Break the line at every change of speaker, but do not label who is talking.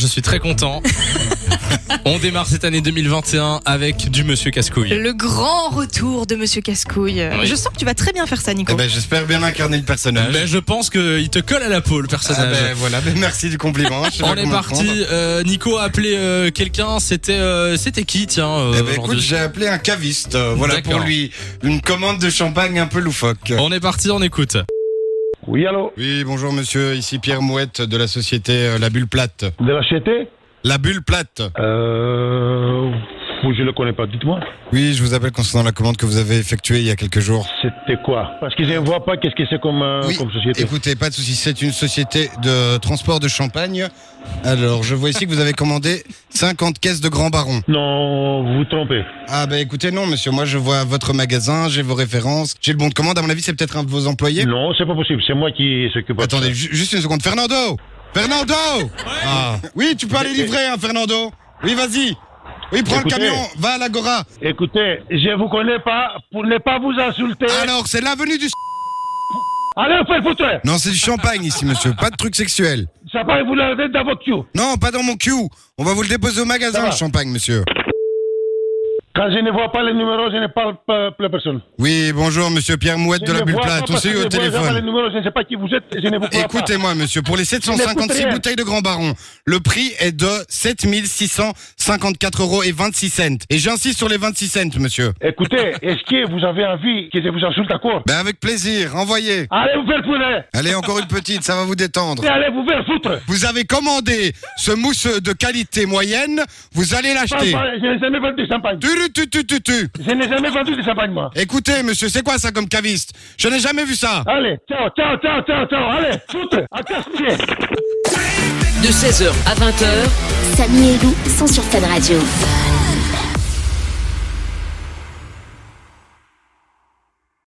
Je suis très content. On démarre cette année 2021 avec du Monsieur Cascouille.
Le grand retour de Monsieur Cascouille.
Oui.
Je sens que tu vas très bien faire ça, Nico.
Eh ben, j'espère bien incarner le personnage.
Mais Ben, je pense qu'il te colle à la peau, le
Ah
personnage.
ben, voilà, ben, merci du compliment. je sais
On
pas
est
comment le prendre.
parti. euh, Nico a appelé euh, quelqu'un. C'était euh, c'était qui, tiens, euh,
Eh ben, écoute,
aujourd'hui
j'ai appelé un caviste, euh, voilà
D'accord. Oh.
pour lui une commande de champagne un peu loufoque.
On est parti, on écoute.
Oui, allô
Oui, bonjour monsieur, ici Pierre Mouette de la société euh, La Bulle Plate.
De la CT
La Bulle Plate.
Euh... oui, Je ne le connais pas, dites-moi.
Oui, je vous appelle concernant la commande que vous avez effectuée il y a quelques jours.
C'était quoi Parce que je ne vois pas qu'est-ce que c'est comme, euh,
Oui,
comme société.
Écoutez, pas de souci, c'est une société de transport de champagne. Alors, je vois ici que vous avez commandé 50 caisses de Grand Baron.
Non, vous vous trompez.
Ah bah écoutez, non monsieur, moi je vois votre magasin, j'ai vos références, j'ai le bon de commande, à mon avis c'est peut-être un de vos employés.
Non, c'est pas possible. C'est moi qui s'occupe de ça.
Attendez, ju- juste une seconde. Fernando Fernando Ah. Oui, tu peux aller livrer, hein, Fernando. Oui, vas-y. Oui, prends
Écoutez.
le camion, va à l'Agora.
Écoutez, je ne vous connais pas pour ne pas vous insulter.
Alors, c'est l'avenue du...
Allez, vous faire foutre
Non, c'est du champagne ici, monsieur. Pas de truc sexuel.
Ça va, vous l'avez dans votre cul.
Non, pas dans mon cul. On va vous le déposer au
Ça
magasin,
va.
le champagne, monsieur.
Quand je ne vois pas les numéros, je ne parle pas pas à personne.
Oui, bonjour, monsieur Pierre Mouette
Je
de la
ne
Bulle
vois pas
Plate,
parce
aussi
que je
au
vois jamais les
téléphone.
numéros, je ne sais pas qui vous êtes, je ne vous parle pas.
Écoutez-moi, monsieur, pour les
Je n'écoute
756
rien.
bouteilles de Grand Baron, le prix est de 7654 euros et 26 cents. Et j'insiste sur les 26 cents, monsieur.
Écoutez, est-ce que vous avez envie que je vous insulte encore
Ben, avec plaisir, envoyez.
Allez, vous faire foutre
Allez, encore une petite, ça va vous détendre.
Allez, vous faire foutre
Vous avez commandé ce mousseux de qualité moyenne, vous allez l'acheter.
Champagne, Je n'ai jamais vendu de champagne.
Tu, tu, tu, tu, tu.
Je n'ai jamais vendu de champagne, moi.
Écoutez, monsieur, c'est quoi ça comme caviste Je n'ai jamais vu ça.
Allez, ciao, ciao, ciao, ciao, ciao. Allez, foutre, à casse-pied.
de 16h à 20h.
Samy et Lou sont sur Fan Radio.